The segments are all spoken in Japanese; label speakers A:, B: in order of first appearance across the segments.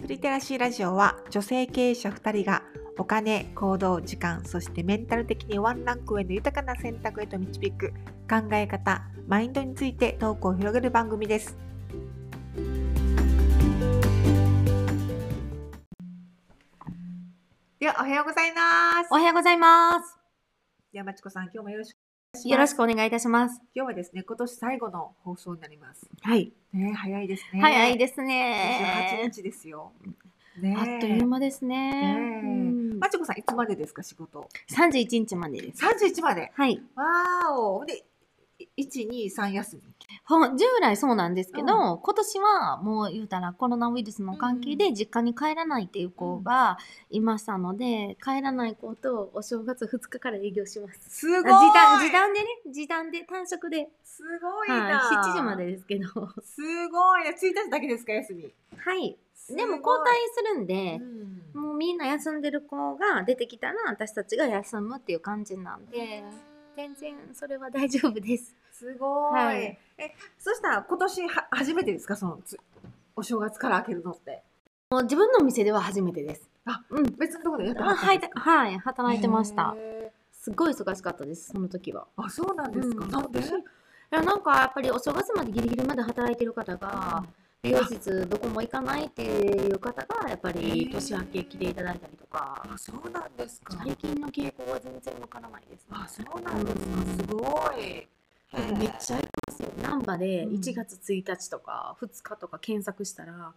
A: フリテラシーラジオは女性経営者2人がお金、行動、時間、そしてメンタル的にワンランク上の豊かな選択へと導く考え方、マインドについてトークを広げる番組です。ではおはようございます。
B: おはようございま
A: 山千子さん、今日もよろしくお願いします
B: す。よろしくお願いいたします。
A: 今日はですね、今年最後の放送になります。
B: はい。
A: ね、早いですね。
B: 早い
A: す。
B: です
A: 18
B: ね。
A: 日ですよ。ね
B: あっという間ですね。
A: ねえ
B: うん
A: まちこさん、いつまでですか、仕事。
B: 31日までです。
A: 31まで。
B: はい。
A: わーお。で、1、2、3休み。
B: ほん従来そうなんですけど、
A: う
B: 今年はもう言うたらコロナウイルスの関係で実家に帰らないっていう子がいましたので、帰らない子とお正月2日から営業します。
A: すごい
B: 時短、時短でね、時短で単色で、
A: すごい
B: はい、
A: な、
B: 7時まで。ですけど。
A: すごいね。1日だけですか、休み。
B: はい。
A: すごい
B: でも交代するんで、
A: うん
B: もうみんな休んでる子が出てきたら私たちが休むっていう感じなんで全然それは大丈夫です
A: すごい。
B: はい
A: え、そしたら今年は初めてですか、そのつお正月から開けるのって。
B: もう自分の店では初めてです
A: あ
B: うん
A: 別のところでやって
B: あ
A: は
B: はいい、はい、働いてました
A: へ
B: すごい忙しかったですその時は
A: ーあ、そうなんですか。
B: うん
A: なんで
B: いやなんかやっぱりお正月までギリギリまで働いてる方が美容室どこも行かないっていう方がやっぱり年明け来ていただいたりとか
A: あ、そうなんですか。
B: 最近の傾向は全然わからないです
A: あ、そうなんですか。すごい。
B: めっちゃありますよ。ナンバで
A: うん
B: 1月1日とか2日とか検索したら、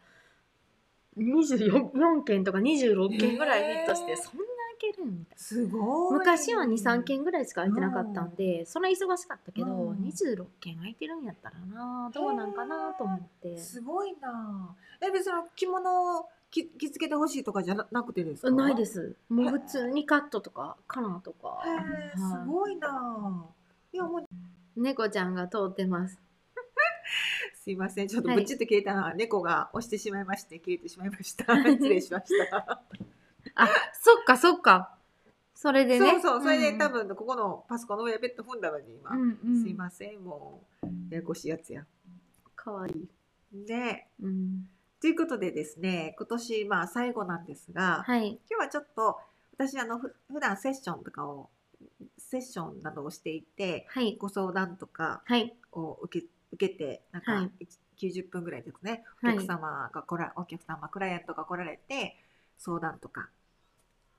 B: 24件とか26件ぐらいヒットして、
A: へー
B: そんな開けるみたい
A: すご
B: な。
A: い。
B: 昔は2、3件ぐらいしか開いてなかったんで、それは忙しかったけど、
A: うん
B: 26件開いてるんやったらな、どうなんかなと思って。
A: すごいなあ。え、別に着物を着着付けてほしいとかじゃななくてですか。。
B: ないですす。もう普通にカットとか、カラーとか。
A: へえ、す
B: はい
A: ごいなあ。いやもう
B: 猫ちゃんが通ってます。
A: すいませんちょっと
B: はい
A: ブチって消えたのは猫が押してしまいまして消えてしまいました失礼しました、
B: あ、そっかそっか。 それでね。
A: そうそうそれで多
B: 分
A: 分ここのパソコンの上ベッド踏んだのに今、
B: うんうん、
A: すいませんもうややこしいやつや
B: かわいい。
A: ね
B: うん、
A: ということでですね今年まあ最後なんですが、
B: はい。
A: 今日はちょっと私あのふ普段セッションとかをセッションなどをしていて
B: はい。
A: ご相談とか
B: はい。
A: を受け受けてなんか、
B: はい
A: いち90分ぐらいですねお
B: はい
A: 客様が来ら、お客様クライアントが来られて相談とか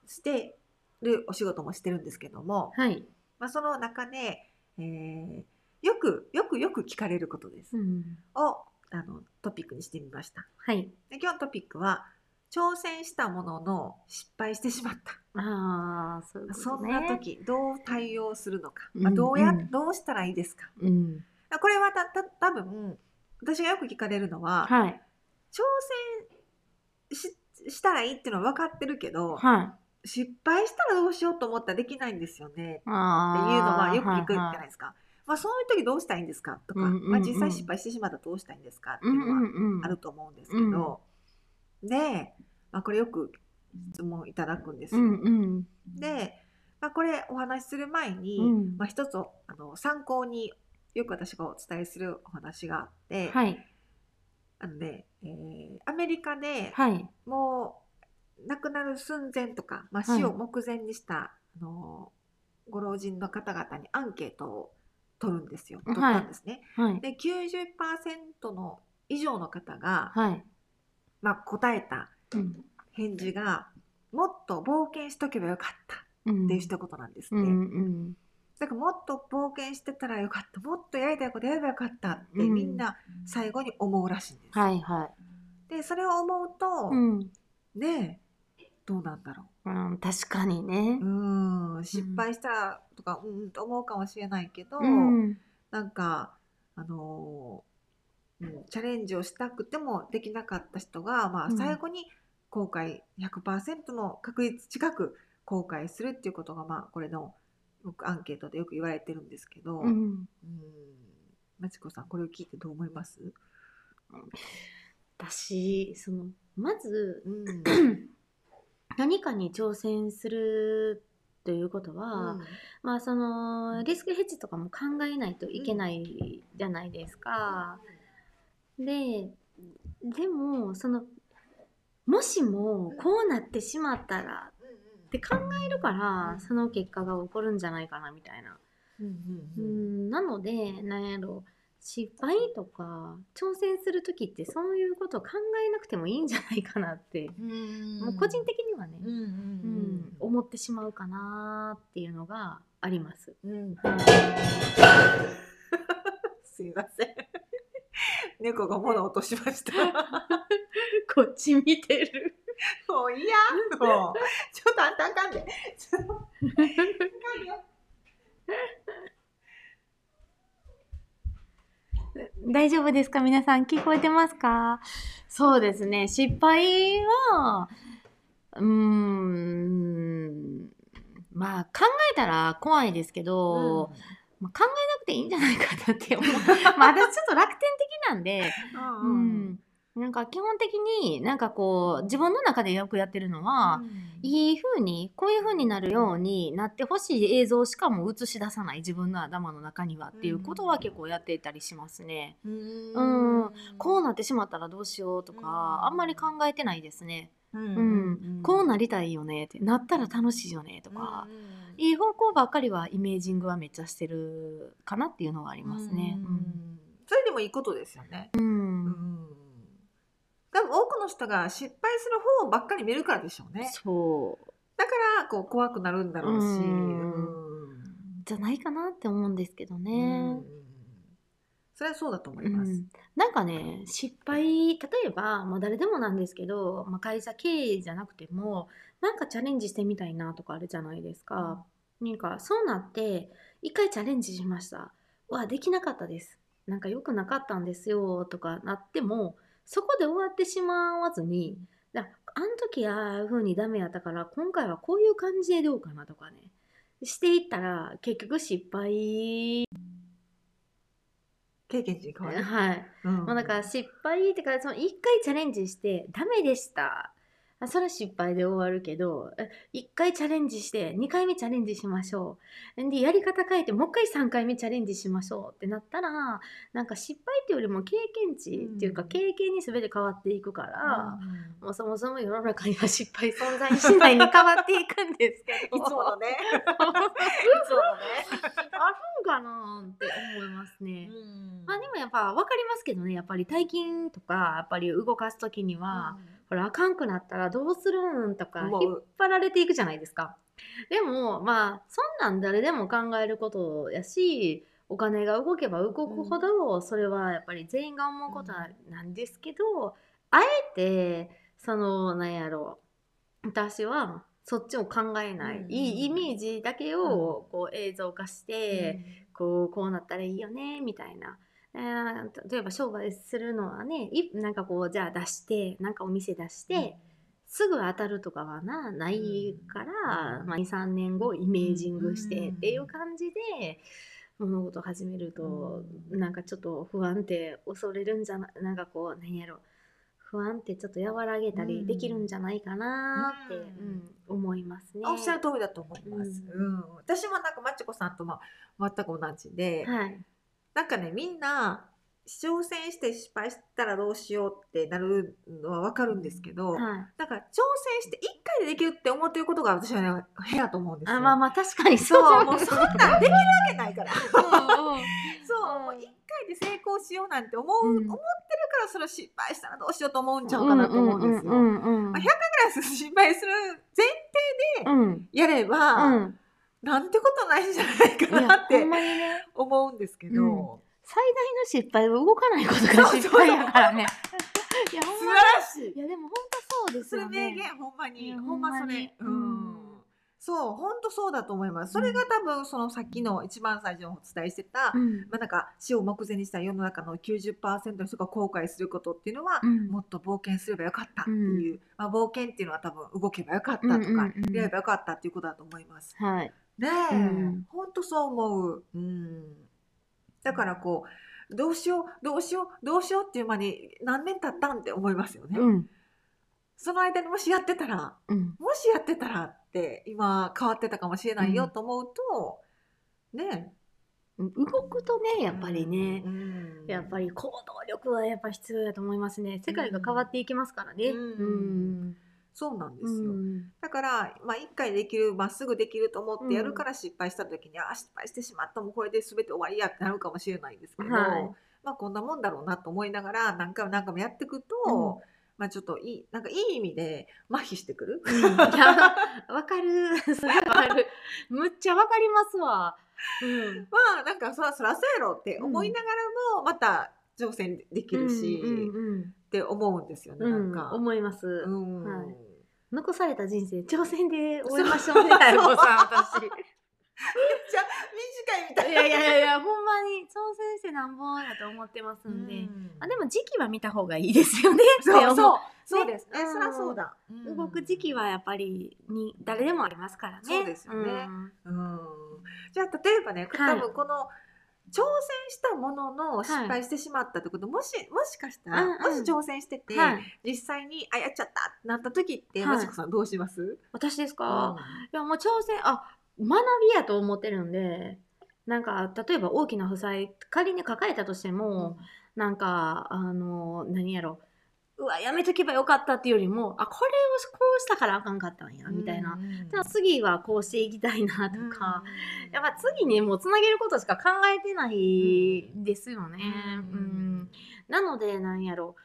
A: してるお仕事もしてるんですけども、
B: はい。
A: まあ、その中で、えーよくよくよく聞かれることです、
B: うん。
A: をあのトピックにしてみました
B: はい。
A: で今日のトピックは挑戦したものの失敗してしまった
B: ああ、そういうこと
A: そん
B: ね。
A: な。時どう対応するのか、
B: うん
A: まあ、どうや、
B: うん
A: どうしたらいいですか
B: うん。
A: これはたた多分私がよく聞かれるのは、
B: はい。
A: 挑戦ししたらいいっていうのは分かってるけど、
B: はい。
A: 失敗したらどうしようと思ったらできないんですよねっていう
B: あ
A: の
B: あ。
A: はよく聞くじゃ
B: は
A: ないですか。まあ、そういう時どうしたらいいんですかとか、
B: うんうんうん
A: まあ、実際失敗してしまったらどうしたらいいんですかって
B: う
A: い
B: ん
A: うのは
B: うんうん。
A: あると思うんですけど、で、まあ、これよく質問いただくんです
B: う
A: よ。
B: んうん。
A: で、まあ、これお話しする前に、
B: うん
A: まあ、一つあの参考によく私がお伝えするお話があって、
B: はい。
A: あのねえーアメリカで
B: はい。
A: もう亡くなる寸前とか、まあ、
B: はい
A: 死を目前にした、あのご老人の方々にアンケートを取るんですよ取ったんですね。
B: はい。
A: で90%の以上の方が、
B: はい。
A: まあ、答えた
B: うん。
A: 返事が「もっと冒険しとけばよかった」
B: うん。
A: っていう一言なんです
B: う
A: ね。
B: んうん。
A: だからもっと冒険してたらよかったもっとやりたいことやればよかったって
B: うん
A: みんな最後に思うらしいんです。
B: はいはい。
A: でそれを思うと、
B: うん。
A: ねえどうなんだろ
B: うん、確かにね
A: う。うーん失敗したらとかうんうんと思うかもしれないけど、
B: うん。
A: なんかあのーうんチャレンジをしたくてもできなかった人が、まあ、
B: うん
A: 最後に後悔100%の確率近く後悔するっていうことが、まあ、これの僕アンケートでよく言われてるんですけど。
B: うん。
A: うんまちこさん、これを聞いてどう思います？
B: 私、その、まず、
A: うん、うん、
B: 何かに挑戦するということは、まあそのリスクヘッジとかも考えないといけないじゃないですか。ででもそのもしもこうなってしまったらって考えるからその結果が起こるんじゃないかなみたいな。うんなのでなんやろ失敗とか挑戦する時ってそういうことを考えなくてもいいんじゃないかなって、もう個人的にはね、
A: うんうん
B: うん、思ってしまうかなっていうのがあります。
A: うんうん、すいません猫が物を落としま した
B: こっち見てる。
A: もういいやもうちょっとあんたあかんでちょっとあかんよ
B: 大丈夫ですか皆さん聞こえてますかそうですね失敗はうーんまあ考えたら怖いです けど、まあ、考えなくていいんじゃないかなって思う まあ私ちょっと楽天的なんで、
A: うん
B: う
A: うん
B: ん、なんか基本的になんかこう自分の中でよくやってるのは、
A: うん
B: いい風にこういう風になるようになってほしい映像しかも映し出さない自分の頭の中にはっていうことは結構やっていたりしますね。うんこうなってしまったらどうしようとか、
A: うん
B: あんまり考えてないですね、
A: うん
B: うんこうなりたいよねってなったら楽しいよねとか、いい方向ばっかりはイメージングはめっちゃしてるかなっていうのはありますね。
A: うんそれでもいいことですよね。
B: うん
A: う
B: うん
A: ん多分多くの人が失敗する方ばっかり見るからでしょうね。
B: そう
A: だからこう怖くなるんだろうし。
B: うん
A: うん
B: じゃないかなって思うんですけど
A: う
B: ね
A: ん。それはそうだと思
B: う
A: います。
B: んなんかね失敗例えば、まあ、誰でもなんですけど、まあ、会社経営じゃなくてもなんかチャレンジしてみたいなとかあるじゃないですか。なんかそうなって一回チャレンジしましたわできなかったですなんか良くなかったんですよとかなってもそこで終わってしまわずにだあの時ああいう風にダメやったから今回はこういう感じでどうかなとかねしていったら結局失敗、
A: 経験値に変わる。
B: はい
A: うん
B: もうだから失敗ってかその一回チャレンジしてダメでしたあそれは失敗で終わるけどえ一回チャレンジして二回目チャレンジしましょうでやり方変えてもう一回三回目チャレンジしましょうってなったらなんか失敗っていうよりも経験値っていうか
A: うん
B: 経験に全て変わっていくか
A: う
B: ら、
A: ん
B: もうそもそも世の中には失敗存在しないに変わっていくんですけ ど
A: いつも のね。いつ
B: あるんかなって思いますね。
A: ものね。
B: まあでもやっぱ分かりますけどねやっぱり大金とかやっぱり動かす時には、ほらあかんくなったらどうするんとか
A: うわ
B: 引っ張られていくじゃないですか。でもまあそんなん誰でも考えることやしお金が動けば動くほどそれはやっぱり全員が思うことななんですけど、あえてそのなんやろ私はそっちを考えない、
A: うん
B: いいイメージだけをこう映像化して。こうこうなったらいいよねみたいな。えー例えば商売するのはねいなんかこうじゃあ出してなんかお店出して、すぐ当たるとかはなないから、
A: うん
B: まあ、23年後イメージングして、
A: うん
B: っていう感じで物事を始めると、なんかちょっと不安って恐れるんじゃななんかこう何やろ不安ってちょっと和らげた
A: う
B: り
A: ん
B: できるんじゃないかなって、
A: うん
B: うん思いますね。
A: あおっしゃる通りだと思います。
B: う
A: うんん、私もなんかまちこさんとま全く同じで、
B: はい、
A: なんかねみんな挑戦して失敗したらどうしようってなるのはわかるんですけど、
B: はい
A: なんか挑戦して一回でできるって思ってることが私はね変だと思うんですよ。
B: あまあまあ確かに そ
A: そううもうそんなんできるわけないから。そう
B: う
A: も
B: ん
A: う一回で成功しようなんて思う、
B: う
A: 思っ
B: ん
A: てるからそれ失敗したらどうしようと思うんちゃうかなと思うんですよ。プ
B: うんうんうんうん
A: まあラス失敗する前
B: うん
A: やれば、
B: うん
A: なんてことないんじゃない
B: いや
A: かなっ
B: ほ
A: て
B: んまにね
A: 思うんですけど、
B: うん最大の失敗は動かないことが失敗やからね。いやほ
A: 素晴
B: んま
A: らしい
B: いやでも本当そうです
A: それ
B: よ
A: 名
B: ね。
A: 言ほんまに、
B: いや
A: ほんまそれ、う
B: ほ
A: ん
B: まに
A: ん
B: うん
A: そうほんとそうだと思いますそれが多分そのさっきの一番最初にお伝えしてた、
B: うん
A: まあ、なんか死を目前にした世の中の90%の人が後悔することっていうのは、
B: うん
A: もっと冒険すればよかったっていう、まあ、冒険っていうのは多分動けばよかったとか、
B: うんうんうん
A: 出会えばよかったっていうことだと思います。
B: はい。
A: ねえ、
B: うん
A: ほんとそう思う。うん、だからこうどうしようどうしようどうしようっていう間に何年経ったんって思いますよね。
B: うん
A: その間にもしやってたら
B: うん
A: もしやってたらって今変わってたかもしれないよと思うと、ね
B: 動くとねやっぱりね
A: う。ん
B: やっぱり行動力はやっぱ必要だと思いますね。世界が変わっていきますからね。
A: うん
B: うん
A: そうなんで
B: う
A: すよ、
B: ん
A: だから、まあ、1回できるまっすぐできると思ってやるから失敗した時に、ああ失敗してしまったもうこれで全て終わりやってなるかもしれないんですけど、
B: はい
A: まあ、こんなもんだろうなと思いながら何回も何回もやっていくと、
B: うん
A: まあ、ちょっといいなんかいい意味で麻痺してくる。
B: いやわかる。それわかる。むっちゃわかりますわ。うん
A: まあなんかそらそらそうやろって思いながらもまた挑戦できるし、
B: うん
A: っ
B: うん
A: て思うんですよね、
B: うんうん
A: なんか。
B: 思います
A: う。ん
B: はい残された人生挑戦で終えましょう
A: そう
B: みたいな
A: そう
B: さん私。
A: じゃあ 短いみたい
B: いやいやいやいや、ほんまに、そう先生なんぼやと思ってます
A: なん
B: で。
A: うん
B: あでも時期は見た方がいいです よね。
A: そう
B: って思
A: そうそうですね、
B: うん
A: そりゃそうだ、うん
B: 動く時期はやっぱりに誰でもありますからね。
A: そうですよね
B: ん
A: うんじゃあ例えばね
B: は
A: 多
B: い
A: 分この、挑戦したものの失敗してしまったってこと、もしもしかしたら、
B: うんうん
A: もし挑戦してて、
B: はい、
A: 実際にあやっちゃったってなった時って、
B: はい
A: ましこさんどうします？
B: 私です
A: うん
B: か、いやもう挑戦あ学びやと思ってるんでなんか例えば大きな負債仮に抱えたとしても、なんかあの何やろうわやめとけばよかったっていうよりもあこれをこうしたからあかんかったんやみたいな、
A: うんうん
B: じゃあ次はこうしていきたいなとか、やっぱ次にもうつなげることしか考えてないですよね。
A: う
B: うんんなのでなんやろ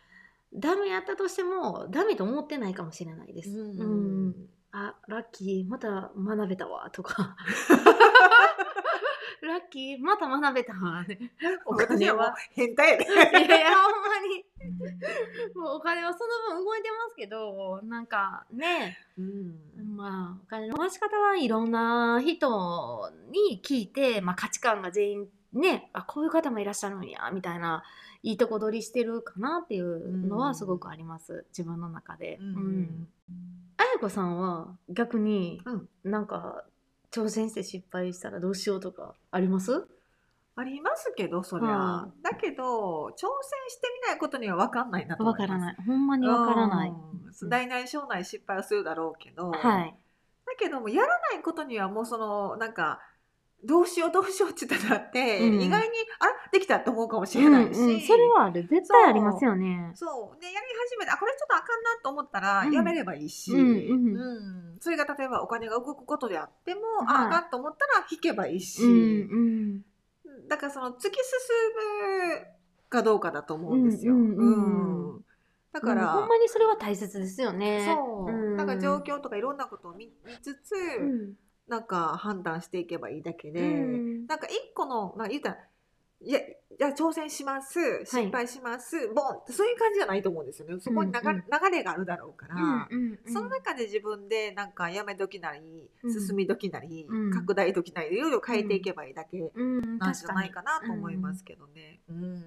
B: ダメやったとしてもダメと思ってないかもしれないです。
A: う
B: うん
A: ん
B: あラッキーまた学べたわと かラッキーまた学べたわねお
A: 私
B: 金
A: はもう
B: は。
A: 変態やね。
B: いやい やほんまにもうお金はその分動いてますけどなんかね
A: うん
B: まあ、お金の回し方はいろんな人に聞いて、まあ、価値観が全員ねあこういう方もいらっしゃるんやみたいないいとこ取りしてるかなっていうのはすごくあります、自分の中で。
A: うん
B: あやこさんは逆に
A: うん
B: なんか挑戦して失敗したらどうしようとかあります
A: ありますけどそりゃ、
B: う
A: だけど挑戦してみないことには分かんないなと思
B: わ
A: います
B: からないほんまにわからない。
A: うん大内小内失敗をするだろうけど、
B: はい、
A: だけどもやらないことにはもうそのなんかどうしようどうしようって言ったらって、
B: うん
A: 意外にあらできたと思うかもし
B: う
A: れ
B: ん
A: な
B: う
A: いし、
B: ん、それはある絶対ありますよね。
A: そうでやり始めてあこれちょっとあかんなと思ったら
B: うん
A: やめればいいし、
B: うんうん
A: うんそれが例えばお金が動くことであっても、
B: はい
A: ああかんと思ったら引けばいいし、
B: うんうん
A: だからその突き進むかどうかだと思うんですよ。
B: うんうん
A: うんだから、
B: うんほんまにそれは大切ですよね。
A: そう、
B: ん
A: なんか状況とかいろんなことを見見つつ、
B: うん
A: なんか判断していけばいいだけで、
B: うん
A: なんか一個の、まあ、言ったらいやじゃあ挑戦します失敗します、ボンってそういう感じじゃないと思うんですよねそこに流,、
B: うんうん
A: 流れがあるだろうから、
B: うんうん
A: その中で自分でなんかやめ時なり、
B: うん
A: 進み時なり、
B: うん
A: 拡大時なりいろいろ変えていけばいいだけ
B: うん
A: なんじゃない
B: 確か
A: かなと思いますけどね。うん
B: に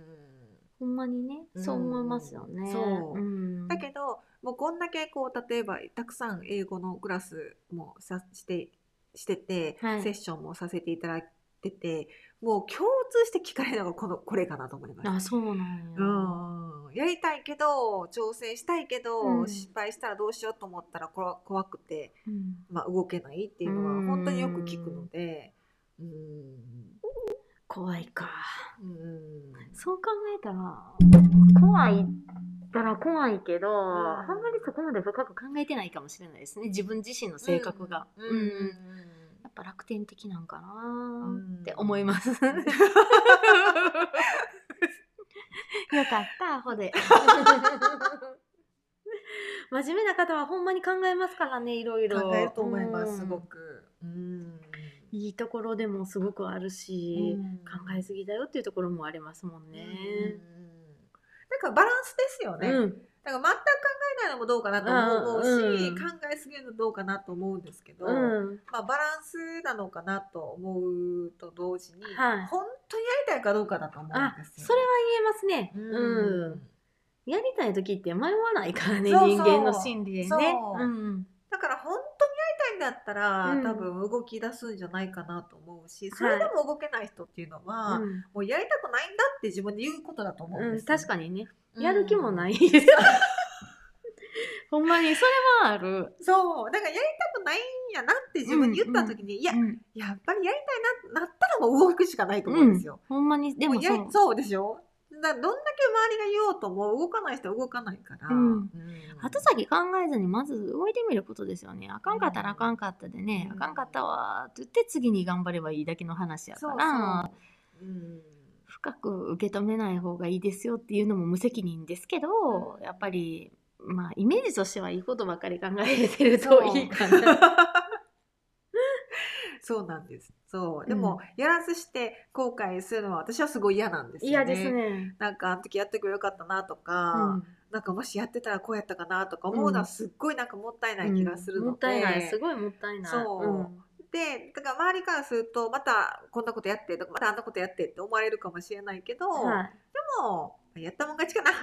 B: ほんまにね、
A: うん
B: そう思いますよね。
A: そう
B: うん
A: だけどもうこんだけこう例えばたくさん英語のクラスもさしてしてて、
B: はい
A: セッションもさせていただいててもう共通して聞かれるのがこのこれかなと思います。
B: あそうなんや。
A: うん、やりたいけど挑戦したいけど、
B: うん
A: 失敗したらどうしようと思ったらこわ怖くて、
B: うん
A: まあ、動けないっていうのは
B: うん
A: 本当によく聞くので。うん
B: 怖いか。
A: うん
B: そう考えたら怖いから怖いけど、あんまりそこまで深く考えてないかもしれないですね自分自身の性格が。
A: うん
B: うんやっぱ楽天的なんかなーって思い ます。よかった、アホで。 真面目な方はほんまに考えますからね、いろいろ。
A: 考えると思います、
B: うん
A: すごく。うん
B: いいところでもすごくあるし、考えすぎだよっていうところもありますもんね。
A: なんかバランスですよね。
B: うん
A: なんか全く考えないのもどうかなと思うし、
B: うん
A: 考えすぎるのどうかなと思うんですけど、
B: うん
A: まあバランスなのかなと思うと同時に、
B: はい
A: 本当にやりたいかどうかだと思うん
B: あ
A: ですよ。
B: それは言えますね、
A: うん
B: うんやりたい時って迷わないからね
A: そうそう
B: 人間の心理でね
A: そう
B: うん
A: だから本当にやりたいんだったら、
B: うん
A: 多分動き出すんじゃないかなと思うし、
B: い
A: それでも動けない人っていうのは、
B: うん
A: もうやりたくないんだって自分で言うことだと思うん
B: う
A: で
B: ん、
A: すよ、
B: 確かにね、
A: うん
B: やる気もないです よほんまにそれはある、
A: そうだからやりたくないんやなって自分に言った時に、いや
B: うん、
A: やっぱりやりたいななったらもう動くしかないと思うんですよ。
B: ほんまにで
A: も
B: も
A: うや
B: そ
A: り
B: う
A: そうでしょだどんだけ周りが言おうとも動かない人は動かないから、
B: うん
A: と
B: 後先考えずにまず動いてみることですよねあかんかったらあかんかったでね、
A: うん
B: あかんかったわーって言って次に頑張ればいいだけの話やか
A: そう
B: ら
A: そう、うん、
B: 深く受け止めない方がいいですよっていうのも無責任ですけど、
A: うん
B: やっぱりまあイメージとしてはいいことばっかり考えてる
A: そ
B: と
A: う
B: いいかな。
A: そうなんですそうでも、やらずして後悔するのは私はすごい嫌なんですよ
B: 嫌ですね。
A: なんかあの時やってくればよかったなと
B: う
A: か、
B: ん
A: なんかもしやってたらこうやったかなとか思うの
B: う
A: は
B: ん
A: すっごいなんかもったいない気がするので、
B: もったいないすごいもったいない。
A: そうでだから周りからするとまたこんなことやってとかまたあんなことやってって思われるかもしれないけど、
B: うんは
A: でもやったもん勝ちかな。
B: い、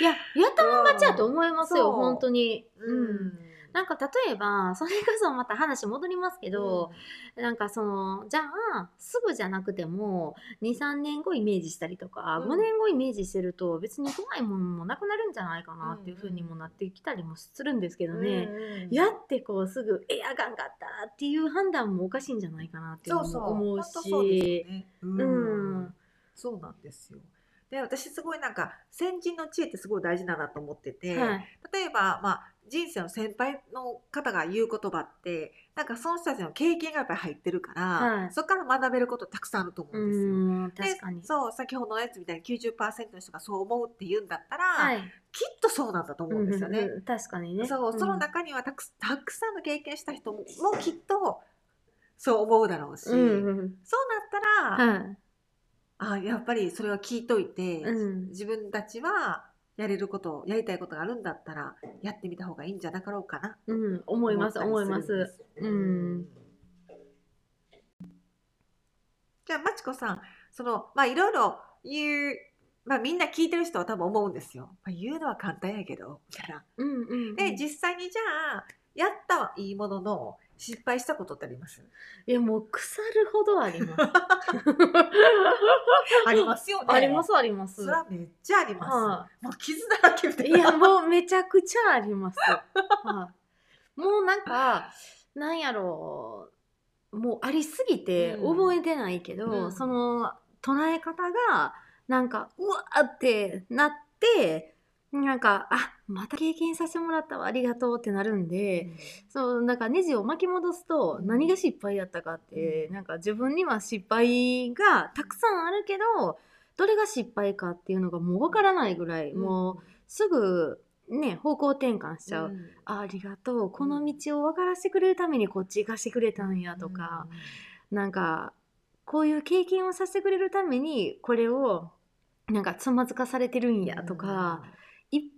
B: いややったもん勝ちやと思います
A: そ
B: よ
A: う
B: 本当に。 うんなんんか例えば それこそまた話戻りますけど、なんかそのじゃあすぐじゃなくても23年後イメージしたりとか、
A: うん
B: 5年後イメージしてると別に怖いもんもなくなるんじゃないかなっていう風にもなってきたりもするんですけどね、
A: うん
B: やってこうすぐ「えあかんかった」っていう判断もおかしいんじゃないかなっていう
A: そう
B: の
A: そう
B: も思う
A: 本当そうです
B: し
A: よ。ね、う
B: うん
A: そうなんですよ。で私すごいなんか先人の知恵ってすごい大事だなと思ってて、
B: はい
A: 例えば、まあ、人生の先輩の方が言う言葉ってなんかその人たちの経験がやっぱり入ってるから、
B: はい
A: そこから学べることたくさんあると思
B: う
A: うんですよ。で
B: ん確かに。
A: そう先ほどのやつみたいに90%の人がそう思うって言うんだったら、
B: はい、
A: きっとそうなんだと思うんですよね。
B: うんうんうん確かにね。
A: そうその中にはたくすたくさんの経験した人ももきっとそう思うだろうし、
B: うんうん
A: そうなったら、
B: はい
A: あやっぱりそれは聞いといて、
B: うん
A: 自分たちはやれることやりたいことがあるんだったらやってみた方がいいんじゃなかろうかな
B: うん、思います思います。
A: 思ったりるんですじゃあまちこさんそのまあいろいろ言う、まあ、みんな聞いてる人は多分思うんですよ、まあ、言うのは簡単やけどみたいな
B: うんうんうん
A: で実際にじゃあやったはいいものの失敗したことってあります
B: いやもう腐るほどあ ります。
A: ありますよね
B: ありますあります。
A: それはめっちゃあります、
B: は
A: もう傷だらけみた
B: い、
A: い
B: い
A: な
B: やもうめちゃくちゃあり ます。はい、もうなんかなんやろうもうありすぎて
A: うん
B: 覚えてないけど、
A: うん
B: その捉え方がなんかうわーってなってなんかあまた経験させてもらったわありがとうってなるんで。そうなんかネジを巻き戻すと
A: うん
B: 何が失敗やったかって、
A: うん
B: なんか自分には失敗がたくさんあるけどどれが失敗かっていうのがもうわからないぐらい、もうすぐね方向転換しちゃう、
A: ん
B: あありがとうこの道を分からせてくれるためにこっち行かしてくれたんやとか、、なんかこういう経験をさせてくれるためにこれをなんかつまずかされてるん
A: うん
B: やとか、、いっ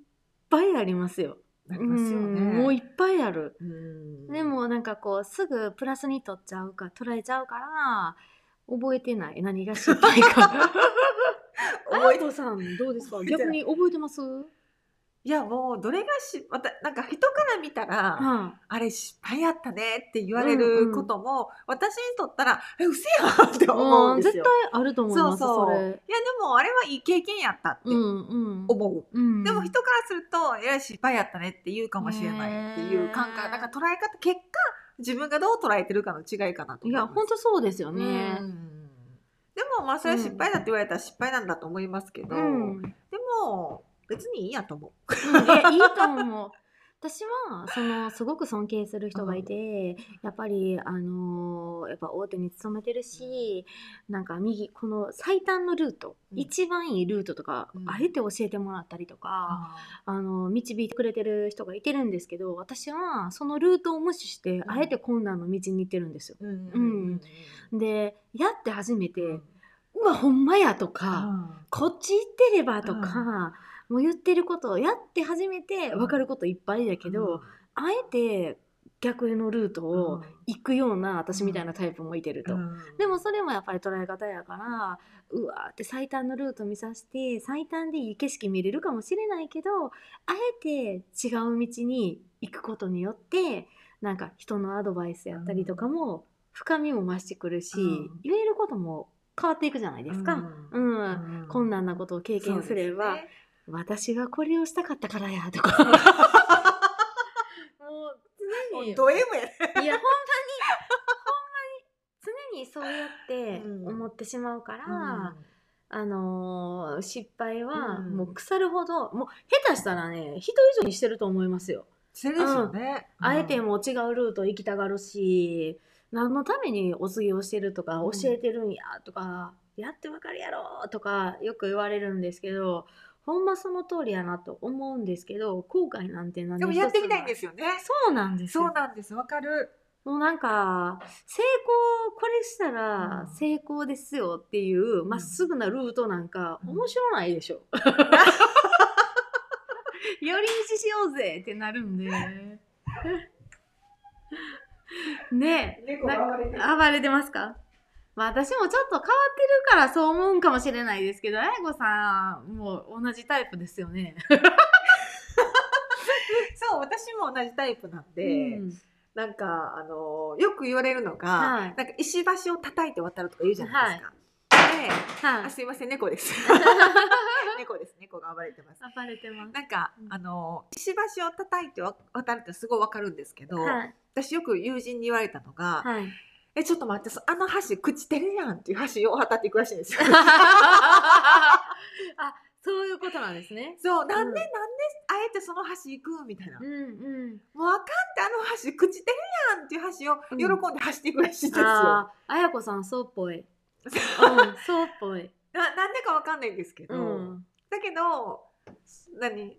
B: ぱいありますよ。
A: ありますよね。
B: うんもういっぱいある。
A: うん
B: で、もなんかこうすぐプラスに取っちゃうか捉えちゃうから覚えてない何が失敗 か
A: 覚え
B: トさんどうです
A: 覚えてない
B: に覚えてます
A: いやもうどれがし、またなんか人から見たら、
B: は
A: あれ失敗やったねって言われることも、私にとったら、え、うせやんって
B: い、
A: 思うん
B: うん
A: です
B: 絶
A: よ
B: 対。あると思い
A: そ
B: ま
A: う
B: す
A: そ。
B: そ
A: い
B: う
A: や
B: れ
A: でもあれはいい経験やったって
B: うんうん
A: 思う。
B: うん
A: でも人からすると、えらい失敗やったねって言うかもしれないっていう感覚、
B: ね
A: なんか捉え方、結果、自分がどう捉えてるかの違いかなと思
B: いや
A: ます
B: 本当そうですよね
A: うんでもまあそれは失敗だって言われたら失敗なんだと思いますけど、
B: うん、うん、
A: でも別にいいやと思う。
B: えいいと思う私はそのすごく尊敬する人がいてやっぱりあのーやっぱ大手に勤めてるしなんか右この最短のルート、
A: うん
B: 一番いいルートとか、
A: うん
B: あえて教えてもらったりとか、あの導いてくれてる人がいてるんですけど私はそのルートを無視して、
A: ん
B: あえて困難の道に行ってるんですよ。
A: うん
B: うんでやって初めて、
A: う
B: うんわほんまやとか。
A: あ
B: こっち行ってればとか、もう言ってることをやって初めて分かることいっぱいだけど、あえて逆へのルートを行くような私みたいなタイプもいてると。でもそれもやっぱり捉え方やからうわーって最短のルート見させて最短でいい景色見れるかもしれないけどあえて違う道に行くことによってなんか人のアドバイスやったりとかも深みも増してくるし、
A: うん
B: 言えることも変わっていくじゃないですか。うん困難なことを経
A: 経
B: 験すれば、私がこれをしたかったからやとかもう常に
A: ド M やね。
B: いやほんまにほんまに常にそうやって
A: うん
B: 思ってしまうから、
A: うん
B: あのー失敗は
A: うん
B: もう腐るほど、もう下手したらね人以上にしてると思いますよ。
A: それですよね。
B: あえても違うルート行きたがるし何のためにお告げをしてるとか
A: うん
B: 教えてるんやとか、やってわかるやろとかよく言われるんですけどほんまその通りやなと思うんですけど後悔なんて何
A: でもやってみたいんですよね。
B: そうなんですよ
A: そうなんです。わかる。
B: もうなんか成功これしたら
A: うん
B: 成功ですよっていうまっすぐなルートなんか
A: うん
B: 面白ないで しょ。寄り道しようぜってなるんで。 ねえ
A: 猫
B: なん
A: 暴れてる
B: か暴れてますかまあ私もちょっと変わってるからそう思うんかもしれないですけど、あやこさんもう同じタイプですよね。
A: そう、私も同じタイプなんで、
B: うん
A: なんか、あのよく言われるのが、
B: はい
A: なんか石橋を叩いて渡るとか言うじゃないですか。で
B: は
A: あ
B: い、
A: すいません猫 です猫です猫が暴れてます
B: 暴れてます。
A: なんか、
B: うん
A: あの石橋を叩いてわ渡るってすごいわかるんですけど、
B: はい
A: 私よく友人に言われたのが「
B: はい。
A: えちょっと待ってそあの橋朽ちてるやん」っていう橋を渡っていくらしいんですよ
B: あそういうことなんですね。
A: そうなんで、
B: う
A: なんであえてその橋行くみたいな、
B: うんうん。
A: もうあかんってあの橋朽ちてるやんっていう橋を喜んで走っていくらしいんですよ、
B: ああ、あやこさんそうっぽい。うん、そうっぽい。
A: ななんでかわかんないんですけど、
B: うん。
A: だけど何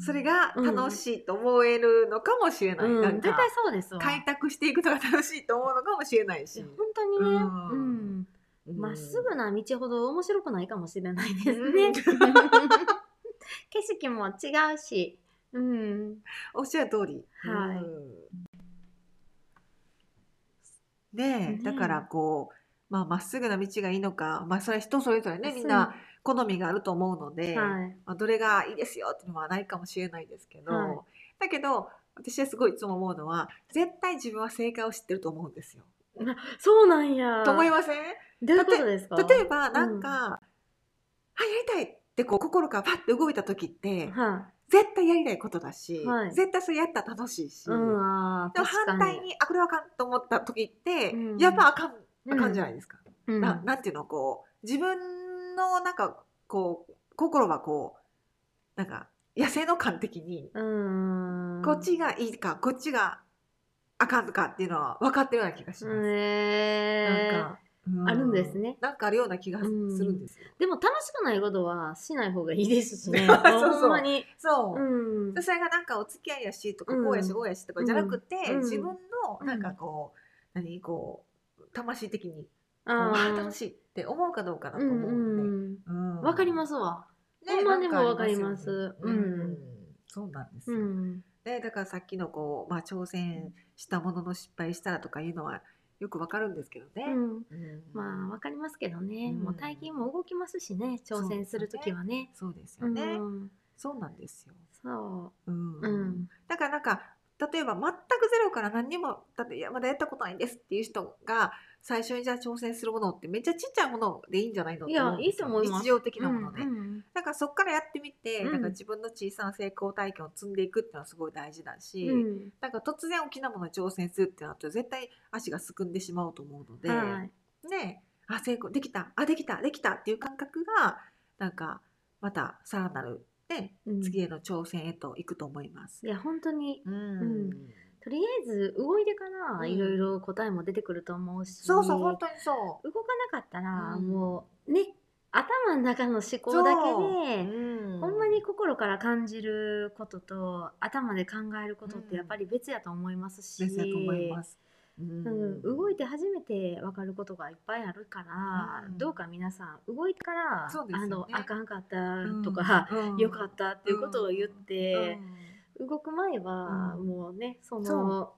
A: それが楽しいと思えるのかもしれない、
B: う
A: なん
B: ん、
A: か
B: 絶対そうですわ。
A: 開拓していくのが楽しいと思うのかもしれない
B: い
A: し
B: や本当にね、
A: う
B: うんん、
A: うん
B: まっすぐな道ほど面白くないかもしれないです
A: うん
B: ね。景色も違うし、うん、
A: おっしゃる通り、
B: はい
A: うんね
B: ね
A: え
B: え
A: だからこうまあ、まっすぐな道がいいのか、まあ、それは人それぞれねみんな好みがあると思うので、
B: はい、
A: まあ、どれがいいですよっていうのはないかもしれないですけど、
B: はい
A: だけど私はすごいいつも思うのは絶対自分は正解を知ってると思うんですよ。
B: そうなんや。
A: と思いません
B: どういうことですか？
A: 例えばなんか、あやりたいってこう心からパッて動いた時って
B: は
A: 絶対やりたいことだし、
B: はい
A: 絶対それやったら楽しいし、
B: い、うん、あー
A: でも
B: 確か
A: 反
B: に
A: 対にあこれはあかんと思った時って、
B: うん
A: やっぱあかんあかんじゃないですか。
B: うん、
A: ななんていうのこう自分のなんかこう心はこうなんか野生の感的に、
B: うん、
A: こっちがいいかこっちがあかんとかっていうのは分かってるような気がします。
B: え
A: なんか、う
B: あるんですね
A: なんかあるような気がするんですよ。
B: でも楽しくないことはしない方がいいですしね
A: そう
B: あの
A: そう
B: ほんまに、
A: そうう。
B: ん、
A: それがなんかお付き合いやしとか、
B: うん
A: こうやしこうやしとかじゃなくて、
B: うん
A: 自分のなんかこう、何こう魂的にこう
B: あ
A: あ
B: ー
A: 楽しいって思うかどうかだ
B: う
A: と思う
B: ん
A: ので、
B: うん
A: うん
B: わかりますわ
A: ね
B: ほんまでも
A: なんありよね
B: わかります
A: う
B: うんん、
A: そうなんです
B: う
A: よ、
B: ん
A: ねだからさっきのこうまあ挑戦したものの失敗したらとかいうのはよくわかるんですけどね
B: う。ん
A: うん
B: まあわかりますけどね、
A: うん
B: もう大金も動きますしね挑戦するときはね
A: そうです
B: う
A: よね、
B: ん
A: そうなんですよ。
B: そうううん
A: だからなんか例えば全くゼロから何にもだっていやまだやったことないんですっていう人が最初にじゃあ挑戦するものってめっちゃちっちゃいものでいいんじゃないの
B: いや
A: って思うんですよ
B: いいと思います
A: 日常的なもので、
B: うんうん
A: だからそこからやってみて、
B: うん
A: なんか自分の小さな成功体験を積んでいくっていうのはすごい大事だし、
B: うん
A: なんか突然大きなものに挑戦するってなると絶対足がすくんでしまうと思うので、
B: はい
A: ねあ成功できたあできたできたっていう感覚がなんかまたさらなる、ね、
B: うん
A: 次への挑戦へと行くと思います
B: い。や本当に
A: うん
B: うんとりあえず動いてからいろいろ答えも出てくると思うし、
A: そうそう本当にそ
B: 動かなかったら、
A: うん
B: もうね頭の中の思考だけ
A: う、
B: で、
A: ん
B: ほんまに心から感じることと頭で考えることっ
A: うん
B: てやっぱり別やと思いますし、
A: 別だと思います、う
B: うん、動
A: い
B: いて初めて分かることがいっぱいあるから、
A: うん
B: どうか皆さん動いてから、
A: そうです
B: あ
A: よね
B: のあかんかったとか、よかったっていうことを言って。動く前は、
A: うん
B: もうねその
A: そ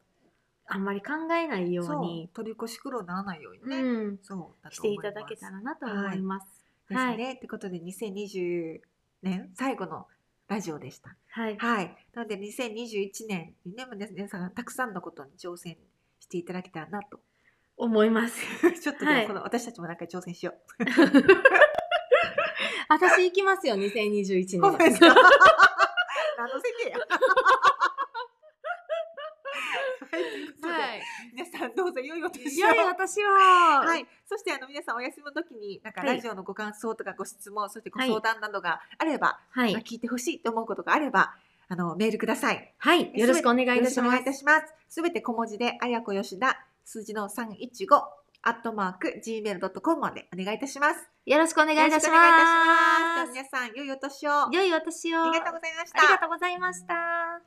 B: あんまり考えないよう
A: そう
B: に
A: 取り越し苦労にならないようにね、
B: うん、
A: そうだ
B: し
A: と
B: て
A: 思い
B: い
A: ます
B: ただけたらなと思います。
A: です
B: はい
A: ね、ってことで2020年最後のラジオでした
B: はい、
A: はいなので2021年にね皆さんたくさんのことに挑戦していただけたらなと
B: 思います。
A: ちょっとでも
B: はい
A: この私たちもなんか挑戦しよう、
B: 私行きますよ、2021
A: ごめんな
B: 年。
A: さい 何の席やはいということで
B: はい、
A: 皆さんさんどうぞ良いお
B: い
A: 年を
B: やいや、私は、
A: はい、そしてあの皆さんお休みの時になんか
B: はい
A: ラジオのご感想とかご質問、そしてご
B: はい
A: 相談などがあれば、ま
B: は
A: あ
B: い、
A: 聞いてほしいと思うことがあればあのメールください。
B: はい、よろしくお願いい
A: よ
B: た
A: ろし
B: し
A: くお
B: ま
A: 願いい。
B: す
A: たします。すべて小文字であやこよしだ数字の三一五アットマーク gmail.com までお願いいたします。
B: よろしくお願いいたし
A: よろくお願いいたしますで
B: ま
A: は皆さん良いお年をあ
B: す。良いお年を。
A: りがとうございました
B: あり。がとうございました。